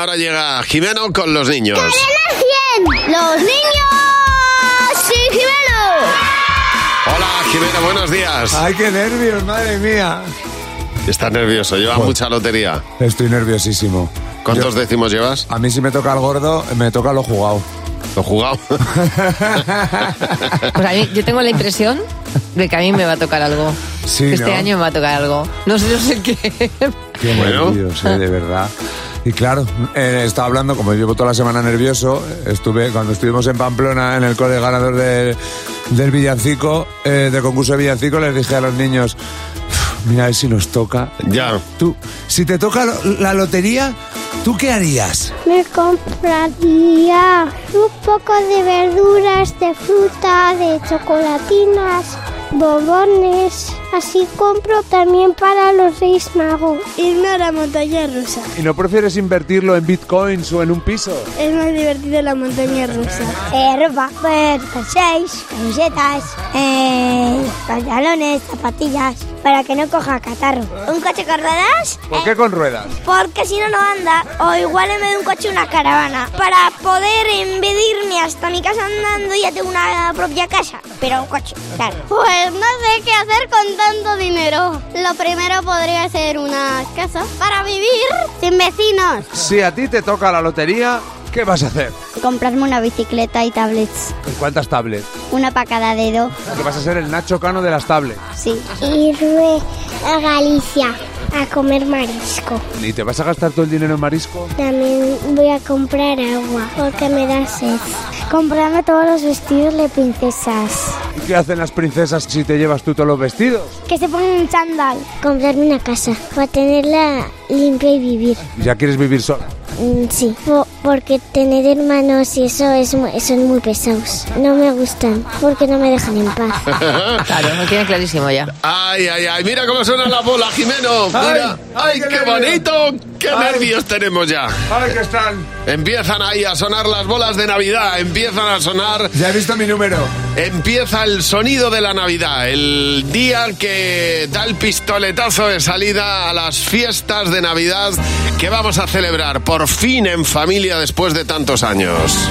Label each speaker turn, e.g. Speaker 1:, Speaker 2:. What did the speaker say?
Speaker 1: Ahora llega Jimeno con los niños.
Speaker 2: ¡Los niños! ¡Sí,
Speaker 1: Hola Jimeno, buenos días.
Speaker 3: Ay, qué nervios, madre mía.
Speaker 1: Estás nervioso, lleva mucha lotería.
Speaker 3: Estoy nerviosísimo.
Speaker 1: ¿Cuántos décimos llevas?
Speaker 3: A mí si me toca el gordo, me toca lo jugado.
Speaker 1: ¿Lo jugado?
Speaker 4: Pues a mí, yo tengo la impresión de que a mí me va a tocar algo.
Speaker 3: Sí,
Speaker 4: Que este
Speaker 3: ¿no?
Speaker 4: año me va a tocar algo. No sé, no sé qué.
Speaker 3: Qué
Speaker 1: Bueno.
Speaker 3: nervios, eh, de verdad. Y claro, eh, estaba hablando, como llevo toda la semana nervioso, estuve cuando estuvimos en Pamplona en el cole ganador del- del villancico, eh, del concurso de villancico, les dije a los niños, "Uf, mira a ver si nos toca.
Speaker 1: Ya.
Speaker 3: Tú, si te toca lo- la lotería, ¿tú qué harías?
Speaker 5: Me compraría un poco de verduras, de fruta, de chocolatinas, bombones. Así compro también para los seis magos. Irme a la montaña rusa.
Speaker 3: ¿Y no prefieres invertirlo en bitcoins o en un piso?
Speaker 5: Es más divertido la montaña rusa. ropa, pues, seis, camisetas, eh, pantalones, zapatillas, para que no coja catarro. ¿Un coche con ruedas?
Speaker 3: ¿Por qué con ruedas?
Speaker 5: Porque si no, no anda. O igual en vez de un coche, una caravana. Para poder en vez de irme hasta mi casa andando, ya tengo una propia casa. Pero un coche, claro. Pues no sé qué hacer con tanto dinero. Lo primero podría ser una casa para vivir sin vecinos.
Speaker 3: Si a ti te toca la lotería, ¿qué vas a hacer?
Speaker 5: Comprarme una bicicleta y tablets.
Speaker 3: ¿En cuántas tablets?
Speaker 5: Una para cada dedo.
Speaker 3: Que vas a ser el Nacho Cano de las tablets.
Speaker 5: Sí. Irme a Galicia a comer marisco.
Speaker 3: ¿Y te vas a gastar todo el dinero en marisco?
Speaker 5: También voy a comprar agua porque me da sed. Comprarme todos los vestidos de princesas.
Speaker 3: ¿Y qué hacen las princesas si te llevas tú todos los vestidos?
Speaker 5: Que se ponen un chándal. Comprarme una casa para tenerla limpia y vivir.
Speaker 3: ¿Ya quieres vivir sola?
Speaker 5: Mm, Sí, po- porque tener hermanos y eso es, mu- son muy pesados. No me gustan porque no me dejan en paz.
Speaker 4: Claro, lo tiene clarísimo ya.
Speaker 1: Ay, ay, ay, mira cómo suena la bola, Jimeno. Mira, ay,
Speaker 3: Ay,
Speaker 1: qué,
Speaker 3: qué
Speaker 1: bonito, qué
Speaker 3: Ay.
Speaker 1: nervios tenemos ya.
Speaker 3: ¡Ay, que están!
Speaker 1: Empiezan ahí a sonar las bolas de Navidad, empiezan a sonar,
Speaker 3: Ya he visto mi número.
Speaker 1: empieza el sonido de la Navidad, el día que da el pistoletazo de salida a las fiestas de Navidad que vamos a celebrar por fin en familia después de tantos años.